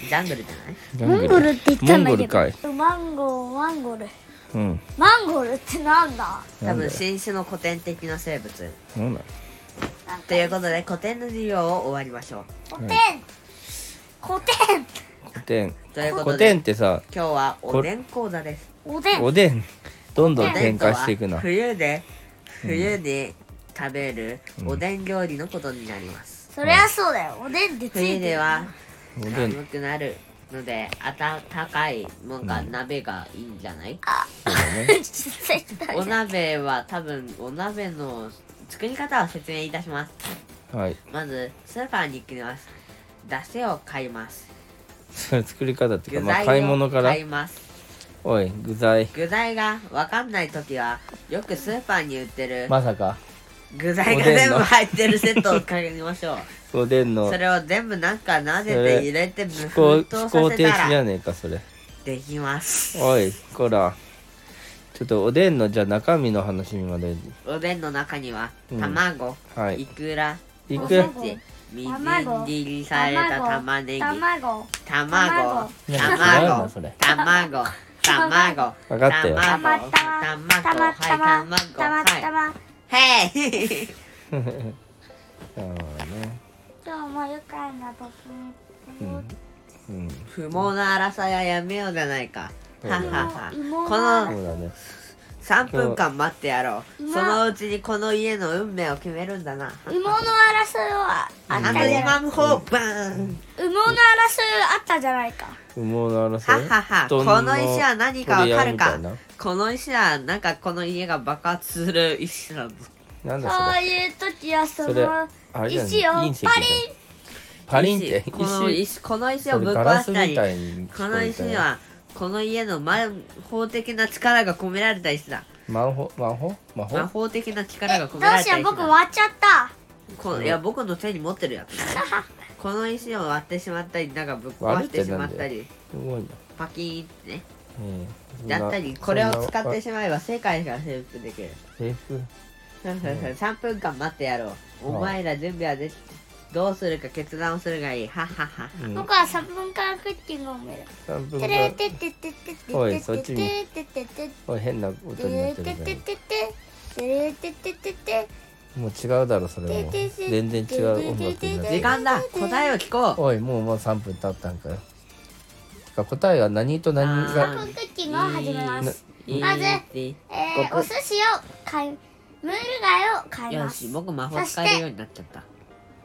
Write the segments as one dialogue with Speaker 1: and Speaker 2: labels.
Speaker 1: ジャングルじゃない
Speaker 2: ジャ
Speaker 3: モンゴルって言ったんだ
Speaker 2: モンゴ
Speaker 3: け
Speaker 2: ルかい
Speaker 3: どマンゴーマンゴル
Speaker 2: うん
Speaker 3: マンゴルってなんだ
Speaker 2: な
Speaker 1: 多
Speaker 2: んだ
Speaker 1: 分
Speaker 2: よ
Speaker 1: 新種の古典的な生物
Speaker 2: なんだ
Speaker 3: なんか
Speaker 1: ということで古典の授業を終わりましょ
Speaker 3: 古典古典
Speaker 2: 古典
Speaker 1: うということ
Speaker 2: 古
Speaker 1: で
Speaker 2: 典ってさ
Speaker 1: 今日はおでん講座です
Speaker 3: おでん
Speaker 2: おでんどんどん
Speaker 1: おで
Speaker 2: 展
Speaker 1: んとは
Speaker 2: 開していくな
Speaker 1: 冬で冬に食べるおでん料理のことになります、
Speaker 3: そりゃそうだよおでんってついて
Speaker 1: 冬
Speaker 3: る
Speaker 1: では
Speaker 2: おでん
Speaker 1: 寒くなるので温かいもんが鍋がいいんじゃない、
Speaker 2: そうだね
Speaker 3: 実際だ
Speaker 1: お鍋は多分お鍋の作り方を説明いたします
Speaker 2: はい
Speaker 1: まずスーパーに行きますだしを買います
Speaker 2: それ作り方っていう
Speaker 1: 具
Speaker 2: か、まあ、
Speaker 1: 材
Speaker 2: 買い
Speaker 1: を
Speaker 2: 物から
Speaker 1: 買います
Speaker 2: おい具材
Speaker 1: 具材が分かんない時はよくスーパーに売ってる
Speaker 2: まさか
Speaker 1: 具材が
Speaker 2: おでん
Speaker 1: 全
Speaker 2: の
Speaker 1: 部入ってるセットを買いまし ょう
Speaker 2: おでんの
Speaker 1: それを全部なんかなでて
Speaker 2: それ
Speaker 1: 入れて
Speaker 2: 飛
Speaker 1: 沸
Speaker 2: 行
Speaker 1: 騰
Speaker 2: 飛
Speaker 1: さ
Speaker 2: 行
Speaker 1: せ
Speaker 2: 停止
Speaker 1: た
Speaker 2: じ
Speaker 1: ら
Speaker 2: ゃねえかそれ
Speaker 1: できます
Speaker 2: おいこらちょっとおでんのじゃあ中身の話にまで
Speaker 1: おでんの中には
Speaker 2: うん
Speaker 1: 卵、
Speaker 2: はい
Speaker 1: いくら
Speaker 2: い
Speaker 1: お
Speaker 2: く
Speaker 1: せ
Speaker 2: ら
Speaker 3: 卵
Speaker 1: ちみじん
Speaker 3: 卵
Speaker 1: 切りされた玉ねぎ
Speaker 3: 卵
Speaker 1: 卵
Speaker 2: 卵なんか違うな
Speaker 1: 卵
Speaker 2: それ
Speaker 1: 卵卵
Speaker 2: 分かったよ
Speaker 3: たま
Speaker 1: 卵
Speaker 3: たまたまた
Speaker 1: はい
Speaker 3: またま
Speaker 1: 卵
Speaker 3: た
Speaker 1: は
Speaker 3: ま
Speaker 1: い へい
Speaker 2: ああね
Speaker 3: 今日も愉快な僕に
Speaker 2: うんうん
Speaker 1: 不毛な争いはやめようじゃないかははは
Speaker 3: 芋
Speaker 1: こ
Speaker 3: が
Speaker 1: の
Speaker 2: そうだね
Speaker 1: 3分間待ってやろう
Speaker 3: 今
Speaker 1: そのうちにこの家の運命を決めるんだな
Speaker 3: 芋の争いはあ
Speaker 1: ア
Speaker 3: っ
Speaker 1: ン
Speaker 3: た
Speaker 1: ド
Speaker 3: じ
Speaker 1: リ
Speaker 3: ゃない
Speaker 1: マンホーバーン
Speaker 3: 羽毛の争いあったじゃないか
Speaker 2: 不毛の
Speaker 1: は
Speaker 2: 争い
Speaker 1: はは
Speaker 2: 布
Speaker 1: こ
Speaker 2: 団
Speaker 1: の石は何かわかる
Speaker 2: 取り合いみたい
Speaker 1: か
Speaker 2: な
Speaker 1: この石はなんかこの家が爆発する石なの
Speaker 2: なん
Speaker 3: そ
Speaker 2: だそうれ
Speaker 3: いう時はそ
Speaker 2: それ
Speaker 3: の
Speaker 2: あれじゃない
Speaker 3: 石をパリン
Speaker 2: 隕石じゃないパリンって
Speaker 1: 石この
Speaker 2: 石
Speaker 1: 石この石
Speaker 2: そ
Speaker 1: を
Speaker 2: れ
Speaker 1: ぶっ
Speaker 2: ガラ
Speaker 1: 壊
Speaker 2: ス
Speaker 1: し
Speaker 2: み
Speaker 1: たり
Speaker 2: たいに
Speaker 1: この石に
Speaker 2: 聞こ
Speaker 1: はこの家の魔法的な力が込められた石だ
Speaker 2: えたよマンホマンホマンホ
Speaker 1: 魔法的な力
Speaker 3: えど
Speaker 1: が
Speaker 3: う
Speaker 1: 込められ
Speaker 3: した
Speaker 1: 石
Speaker 3: よう僕
Speaker 1: だ
Speaker 3: 割っちゃった
Speaker 1: こいや僕の手に持ってるやつこの石を割ってしまったりなんかぶっ壊してしまったり
Speaker 2: すごいな
Speaker 1: パキーンってね
Speaker 2: ええ
Speaker 1: やったりこれを使って
Speaker 2: そんな
Speaker 1: しまえば世界が征服できる
Speaker 2: あ制服
Speaker 1: そうそうそう3分間待ってやろうお
Speaker 2: は
Speaker 1: 前
Speaker 2: い
Speaker 1: ら準備はできどうするか決断をするがいいはっはっは
Speaker 2: うん
Speaker 3: 僕は3分間クッキングを見る
Speaker 2: 三分
Speaker 3: て
Speaker 2: 間
Speaker 3: れてっててててて
Speaker 2: おい
Speaker 3: て
Speaker 2: そってち見
Speaker 3: てててて
Speaker 2: おい変な音
Speaker 3: て
Speaker 2: にな
Speaker 3: れ
Speaker 2: って
Speaker 3: て
Speaker 2: る
Speaker 3: て
Speaker 2: じ
Speaker 3: て
Speaker 2: ゃ
Speaker 3: ててれてててて
Speaker 2: んもう違うだろそれも
Speaker 3: ででで
Speaker 2: 全然違う音楽になって
Speaker 1: 時
Speaker 2: る
Speaker 1: 間だ答えを聞こう
Speaker 2: おいもうもう3分経ったんかよてか答えは何と何
Speaker 1: あ
Speaker 2: が
Speaker 3: 3分クッキングを始めます
Speaker 1: いい
Speaker 3: まず
Speaker 1: いい
Speaker 3: えー
Speaker 1: ご
Speaker 3: お
Speaker 1: く
Speaker 3: 寿司を買いムール貝を買い
Speaker 1: よ
Speaker 3: ます
Speaker 1: し僕魔法使えるようになっちゃった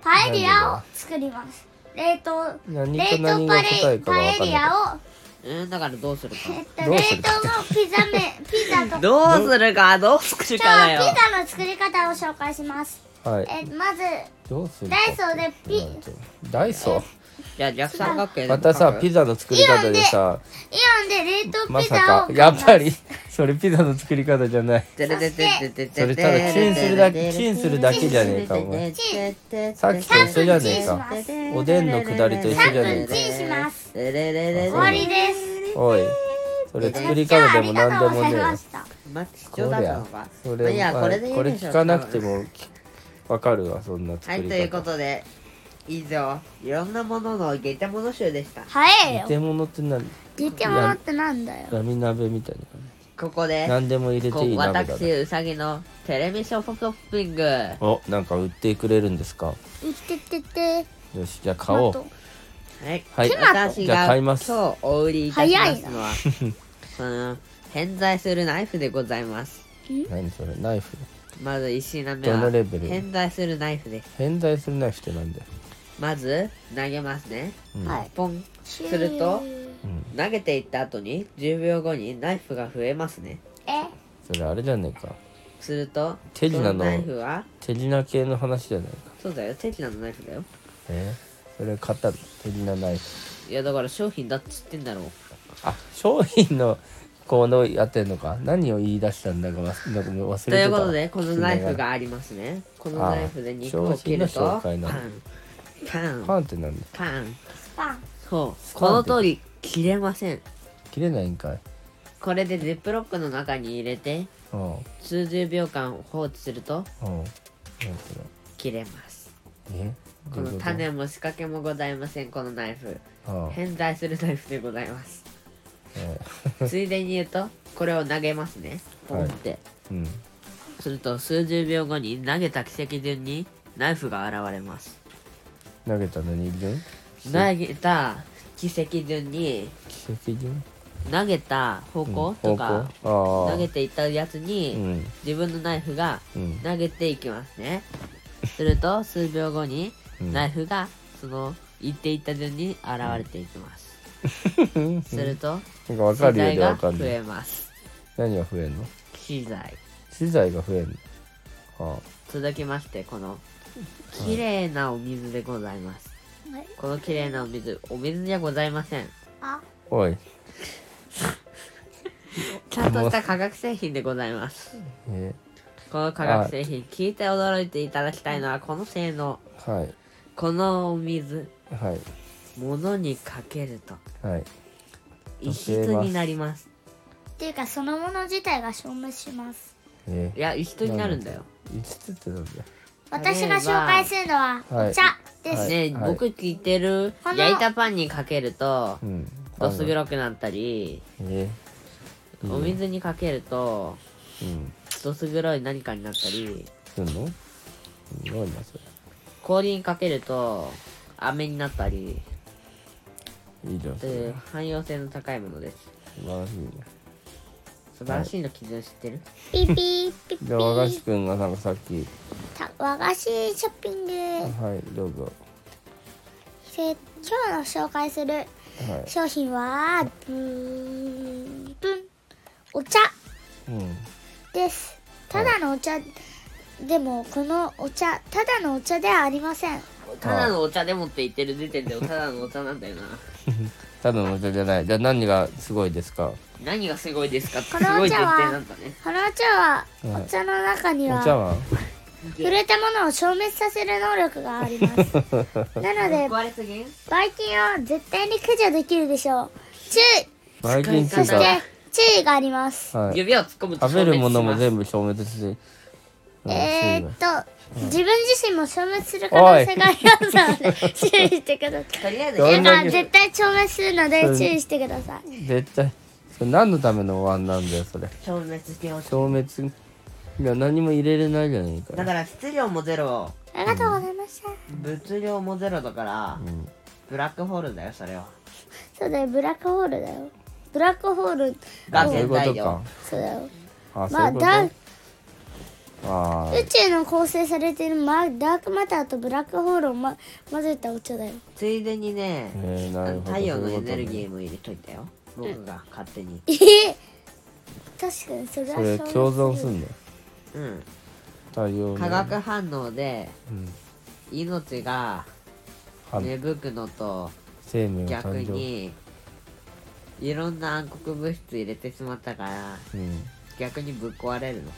Speaker 3: パエリアを作ります冷凍
Speaker 2: 何
Speaker 3: 冷
Speaker 2: と
Speaker 3: 凍
Speaker 2: 何が
Speaker 3: パ
Speaker 2: 答え
Speaker 3: レ
Speaker 2: かが
Speaker 3: パ
Speaker 2: 分
Speaker 3: エ
Speaker 2: かん
Speaker 3: リ
Speaker 2: ない
Speaker 3: アを
Speaker 1: うーんだからどうするか
Speaker 3: えっと、
Speaker 2: どう
Speaker 3: 冷
Speaker 2: する
Speaker 3: 凍のピザ麺、ピザと。
Speaker 1: どうするかどうする
Speaker 3: 今日
Speaker 1: か
Speaker 3: は
Speaker 1: だ
Speaker 3: ピ
Speaker 1: よ
Speaker 3: ザの作り方を紹介します。
Speaker 2: はい
Speaker 3: え、まず、
Speaker 2: どうする
Speaker 3: ダイソーでピ
Speaker 2: ダイソ
Speaker 1: じゃあ逆三角形
Speaker 2: ー
Speaker 1: で
Speaker 2: またさピザの作り方でさ
Speaker 3: イオンで冷凍
Speaker 2: ま
Speaker 3: ピ
Speaker 2: さ
Speaker 3: ザを
Speaker 2: か
Speaker 3: 買い
Speaker 2: や
Speaker 3: ま
Speaker 2: っ
Speaker 3: す。
Speaker 2: ぱりそれピザの作り方じゃない
Speaker 1: てれててててて
Speaker 2: それただチンするだけチンするだけじゃねえかお前さっきと一緒じゃねえかおでんのくだりと一緒じゃね
Speaker 3: えかチンします
Speaker 1: 終
Speaker 3: 終わりです。
Speaker 2: おいそれ作り方でも何でも
Speaker 3: ありがとうございま
Speaker 2: ね
Speaker 3: した。
Speaker 1: 待って必
Speaker 2: え
Speaker 1: 要
Speaker 2: こ
Speaker 1: だ
Speaker 2: り
Speaker 1: ったの
Speaker 2: ゃ
Speaker 1: か
Speaker 2: そ
Speaker 1: まあい
Speaker 2: れ
Speaker 1: やこ
Speaker 2: は
Speaker 1: れでいい
Speaker 2: これ
Speaker 1: でしょ
Speaker 2: 聞
Speaker 1: う
Speaker 2: かなくてもわかるわそんな
Speaker 1: は
Speaker 2: 作
Speaker 1: い
Speaker 2: り
Speaker 1: というこ
Speaker 2: 方
Speaker 1: とで以上いろんなものの下駄物集でした
Speaker 3: 早い
Speaker 2: 煮
Speaker 3: よ。
Speaker 2: て物って何
Speaker 3: 出てもらってなんだよ。
Speaker 2: ラミ鍋みたいな
Speaker 1: こ
Speaker 2: 感
Speaker 1: こ
Speaker 2: じ
Speaker 1: で
Speaker 2: 何でも入れていい
Speaker 1: こ
Speaker 2: 鍋だ
Speaker 1: 私
Speaker 2: ね
Speaker 1: うさぎのテレビショップトッピングは
Speaker 2: おなんか売ってくれるんですか
Speaker 3: うってってて、
Speaker 2: よしじゃあ買おう
Speaker 3: トマト
Speaker 1: い
Speaker 2: はい
Speaker 1: 私
Speaker 2: じゃあ
Speaker 1: が
Speaker 2: 買い
Speaker 1: 今
Speaker 2: ます
Speaker 1: 日お売りいたしますのは この偏在するナイフでございます
Speaker 2: 何それナイフ
Speaker 1: まず石な目
Speaker 2: ど
Speaker 1: は
Speaker 2: のレベル
Speaker 1: 偏在するナイフです
Speaker 2: 偏在するナイフってなんだよ、
Speaker 1: まず投げますね
Speaker 2: うん
Speaker 3: はい。
Speaker 1: ポンすると
Speaker 2: うん、
Speaker 1: 投げていった後に10秒後にナイフが増えますね
Speaker 3: え、
Speaker 2: それあれじゃねえか
Speaker 1: すると
Speaker 2: 手品の
Speaker 1: そナイフは
Speaker 2: 手品系の話じゃないか
Speaker 1: そうだよ手品のナイフだよ
Speaker 2: えー、それ買ったの手品ナイフ
Speaker 1: いやだから商品だっつってんだろう
Speaker 2: あ商品のこのやってんのか何を言い出したんだかわすなんかもう忘れてた
Speaker 1: ということでこのナイフがありますねこのナイフで肉を切ると
Speaker 2: あ
Speaker 1: パ
Speaker 2: あ商品の紹介
Speaker 1: ン
Speaker 2: なの
Speaker 1: パン
Speaker 2: パンってなんだ
Speaker 1: パン
Speaker 3: パン。
Speaker 1: そう
Speaker 2: パ
Speaker 1: こ
Speaker 2: ン
Speaker 1: の
Speaker 2: って
Speaker 1: 通り切れません
Speaker 2: 切れないんかい
Speaker 1: これでジップロックの中に入れて
Speaker 2: うんうん
Speaker 1: 数十秒間放置すると
Speaker 2: 何そ
Speaker 1: 切れます
Speaker 2: れえ
Speaker 1: この種も仕掛けもございませんこのナイフ
Speaker 2: ああ
Speaker 1: 偏在するナイフでございます
Speaker 2: え
Speaker 1: ついでに言うとこれを投げますねポンって、
Speaker 2: えうん
Speaker 1: すると数十秒後に投げた奇跡順にナイフが現れます
Speaker 2: 投げた何分
Speaker 1: 投げた奇跡順に
Speaker 2: 奇跡順
Speaker 1: 投げた方
Speaker 2: うん
Speaker 1: 向とか、
Speaker 2: 方向ああ
Speaker 1: 投げていったやつ
Speaker 2: う
Speaker 1: に、
Speaker 2: ん
Speaker 1: 自分のナイフが
Speaker 2: うん
Speaker 1: 投げていきますね、すると数秒後に
Speaker 2: うん
Speaker 1: ナイフがその行っていった順に現れていきます、すると
Speaker 2: なんか
Speaker 1: 資
Speaker 2: 分かるよう
Speaker 1: 材
Speaker 2: で分
Speaker 1: が
Speaker 2: か
Speaker 1: 増
Speaker 2: んない
Speaker 1: えます
Speaker 2: 何が増えんの
Speaker 1: 資材
Speaker 2: 資材が増えんのあ
Speaker 1: 続きましてこの綺麗なお水でございます、
Speaker 3: はい
Speaker 1: この綺麗なお水お水じゃございません
Speaker 3: あ
Speaker 2: あおい
Speaker 1: ちゃんとした化学製品でございます
Speaker 2: え
Speaker 1: この化学製品聞いて驚いていただきたいのはこの性能
Speaker 2: はい
Speaker 1: このお水
Speaker 2: はい
Speaker 1: 物にかけると
Speaker 2: はい
Speaker 1: 異質になります
Speaker 3: っていうかそのもの自体が消滅します
Speaker 2: え
Speaker 1: いや異質になるんだよ
Speaker 2: 5つってなんだよ
Speaker 3: 私が紹介するのは
Speaker 2: はい
Speaker 3: お茶です、
Speaker 2: はい
Speaker 1: ね、僕聞いてる
Speaker 3: この
Speaker 1: 焼いたパンにかけると
Speaker 2: うん
Speaker 1: どす黒くなったり
Speaker 2: えうん
Speaker 1: お水にかけると
Speaker 2: うん
Speaker 1: どす黒い何かになったり
Speaker 2: すんのすごいなそ
Speaker 1: 氷にかけると飴になったり
Speaker 2: れいいじゃんそ
Speaker 1: と
Speaker 2: れ
Speaker 1: いう汎用性の高いものです
Speaker 2: 素晴らしいね
Speaker 1: 素晴らしいの基準知ってる、
Speaker 3: ピーピーピーピ
Speaker 2: じゃあ和菓子
Speaker 3: ー
Speaker 2: くんがなんかさっき
Speaker 3: た和菓子ショッピング
Speaker 2: はいどうぞ
Speaker 3: で今日の紹介する
Speaker 2: は
Speaker 3: 商品はブーンブンお茶
Speaker 2: いうん
Speaker 3: ですただのお茶でもこのお茶ただのお茶ではありません
Speaker 1: ただのお茶でもって言ってる時点でただのお茶なんだよな
Speaker 2: ただのお茶じゃないじゃあ何がすごいですか
Speaker 1: 何がすごいですかって
Speaker 3: こ
Speaker 1: す
Speaker 3: のお茶は
Speaker 1: ごい前提なんだね
Speaker 3: このお茶は
Speaker 2: はい
Speaker 3: お茶の中に
Speaker 2: お
Speaker 3: は
Speaker 2: 茶碗
Speaker 3: 触れたものを消滅させる能力があります なので
Speaker 1: 壊れすぎん
Speaker 3: ばい菌を絶対に駆除できるでしょう注意
Speaker 2: バイキン
Speaker 1: 使
Speaker 2: 中
Speaker 1: い
Speaker 3: そ
Speaker 1: 方
Speaker 3: して
Speaker 2: が
Speaker 3: 注意があります
Speaker 2: はい
Speaker 1: 指を突っ込むと
Speaker 2: 食べるものも
Speaker 1: 部
Speaker 2: 全部消滅してうん
Speaker 3: えー、っ
Speaker 2: す
Speaker 3: と自分自身も消滅する可能性がありますので注意してください
Speaker 1: とりあえず
Speaker 2: ど
Speaker 3: だか
Speaker 2: んだ
Speaker 3: ら
Speaker 2: け
Speaker 3: 絶対消滅するので
Speaker 2: うん
Speaker 3: 注意してください
Speaker 2: いません絶対それ何のためのお椀なんだよそれ
Speaker 1: 消滅してほしい
Speaker 2: 消滅が何も入れれないじゃないか
Speaker 1: だから質量もゼロ
Speaker 3: ありがとうございました
Speaker 1: 物量もゼロだから、
Speaker 2: ん
Speaker 1: ブラックホールだよそれは
Speaker 3: そうだよブラックホールだよブラックホール
Speaker 1: が
Speaker 2: そうい
Speaker 1: 全
Speaker 2: うこと
Speaker 1: 体
Speaker 2: か
Speaker 1: 量
Speaker 3: そうだよ
Speaker 2: あそう
Speaker 3: ま
Speaker 2: い
Speaker 3: あ
Speaker 2: うこと
Speaker 3: ダー
Speaker 2: あ
Speaker 3: 宇宙の構成されているマダークマターとブラックホールを、ま、混ぜたお茶だよ
Speaker 1: ついでにね、
Speaker 2: ーえーな
Speaker 1: あ
Speaker 2: る
Speaker 1: の
Speaker 2: ほど
Speaker 1: 太陽のエネル
Speaker 2: そう
Speaker 1: ギ
Speaker 2: いう
Speaker 1: ーも入れといたよ僕が勝手に
Speaker 3: えへへ確かにそれは
Speaker 2: ことねそれ共存す
Speaker 3: る
Speaker 2: んだよ
Speaker 1: うん
Speaker 2: 太陽の
Speaker 1: 化学反応で
Speaker 2: うん
Speaker 1: 命が
Speaker 2: は
Speaker 1: 芽吹くのと
Speaker 2: 生命が
Speaker 1: 逆
Speaker 2: 誕生
Speaker 1: にいろんな暗黒物質入れてしまったから
Speaker 2: うん
Speaker 1: 逆にぶっ壊れるの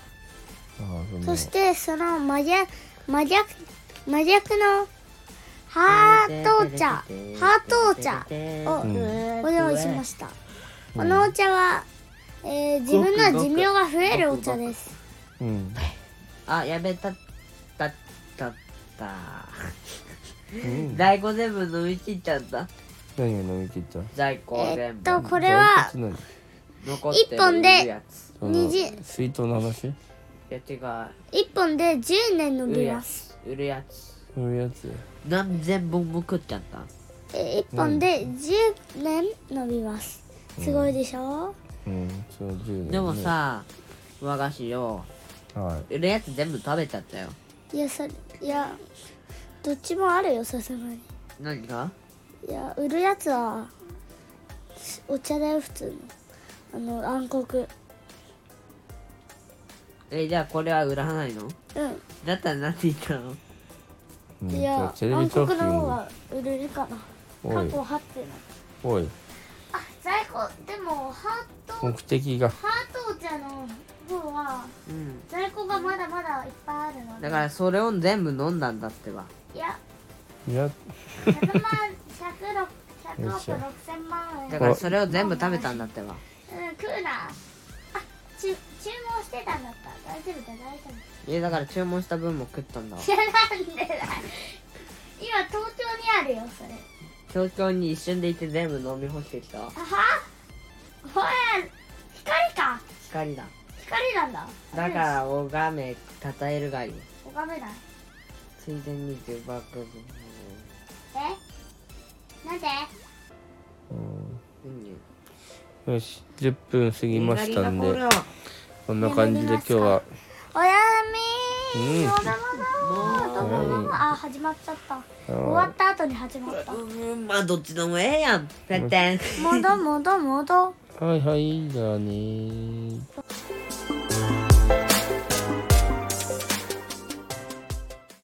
Speaker 2: あー
Speaker 3: そ
Speaker 2: の
Speaker 3: してその真逆真逆真逆のハートお茶ハートお茶を
Speaker 2: うん
Speaker 3: ご用意しました、このお茶は、えー自分の寿命が増えるお茶です
Speaker 2: うん
Speaker 1: あやべたったったった
Speaker 2: うん
Speaker 1: 在庫全部飲み切っちゃった
Speaker 2: 何が飲み切った
Speaker 1: 在庫
Speaker 3: え
Speaker 1: 全
Speaker 3: っ
Speaker 1: 部、
Speaker 3: とこれは
Speaker 2: どういうこ
Speaker 1: 残って
Speaker 3: 一本
Speaker 1: る
Speaker 3: で
Speaker 1: やつ
Speaker 2: となの
Speaker 3: 虹
Speaker 2: その水筒の話
Speaker 1: いや違う
Speaker 3: 1本で10年
Speaker 1: 売
Speaker 3: 伸
Speaker 1: る
Speaker 3: び
Speaker 1: や
Speaker 3: ます
Speaker 1: つ売るやつ
Speaker 2: そういうやつ
Speaker 1: 何千本も食っちゃった
Speaker 3: えー、1本で10年伸びますすごいでしょ、
Speaker 2: うんそう10年ね
Speaker 1: でもさ和菓子を
Speaker 2: は
Speaker 1: 売るやつ全部食べちゃったよ
Speaker 3: いやそれいやどっちもあるよさすがに
Speaker 1: 何が
Speaker 3: いや売るやつはしお茶だよ普通のあの暗黒
Speaker 1: えじゃあこれは売らないの
Speaker 3: うん、
Speaker 1: だったら何て言ったの
Speaker 2: いうん
Speaker 3: い
Speaker 2: じゃあ
Speaker 3: や
Speaker 2: テレビ
Speaker 3: 暗
Speaker 2: ショ
Speaker 3: 黒
Speaker 2: ッピン
Speaker 3: の
Speaker 2: グ
Speaker 3: 方が売れるかな
Speaker 2: おい
Speaker 3: 過去8ってな
Speaker 2: おい
Speaker 3: あ在庫でもハートハー
Speaker 2: 目的が
Speaker 3: トお茶の方は
Speaker 1: うん
Speaker 3: 在庫がまだまだいっぱいあるの
Speaker 1: だからそれを全部飲んだんだってば
Speaker 3: いや
Speaker 2: いや
Speaker 3: 100万106 100億6000万円
Speaker 1: だからそれを全部食べたんだってば
Speaker 3: うん、クーラー。あ、ちゅ注文してたんだった。大丈夫だ、大丈夫。
Speaker 1: えだから注文した分も食ったんだわ
Speaker 3: いや、なんでだ。今東京にあるよそれ
Speaker 1: 東京に一瞬で行って全部飲み干してきた
Speaker 3: あはほら光か
Speaker 1: 光だ
Speaker 3: 光なんだ
Speaker 1: だから拝め称えるがいい
Speaker 3: 拝めない
Speaker 1: ついでに呪縛
Speaker 3: えなんで
Speaker 1: うん
Speaker 2: うんよし10分過ぎましたん
Speaker 1: 光
Speaker 2: で
Speaker 1: が来る
Speaker 2: こんな感じで今日は
Speaker 3: おや
Speaker 2: う
Speaker 3: み
Speaker 2: ん
Speaker 3: おだまだおだまだあ始まっちゃった
Speaker 2: あ
Speaker 3: 終わった後に始まった
Speaker 1: うんまあどっちでもええやんペッテン
Speaker 3: 戻戻戻
Speaker 2: はいはいじゃあねー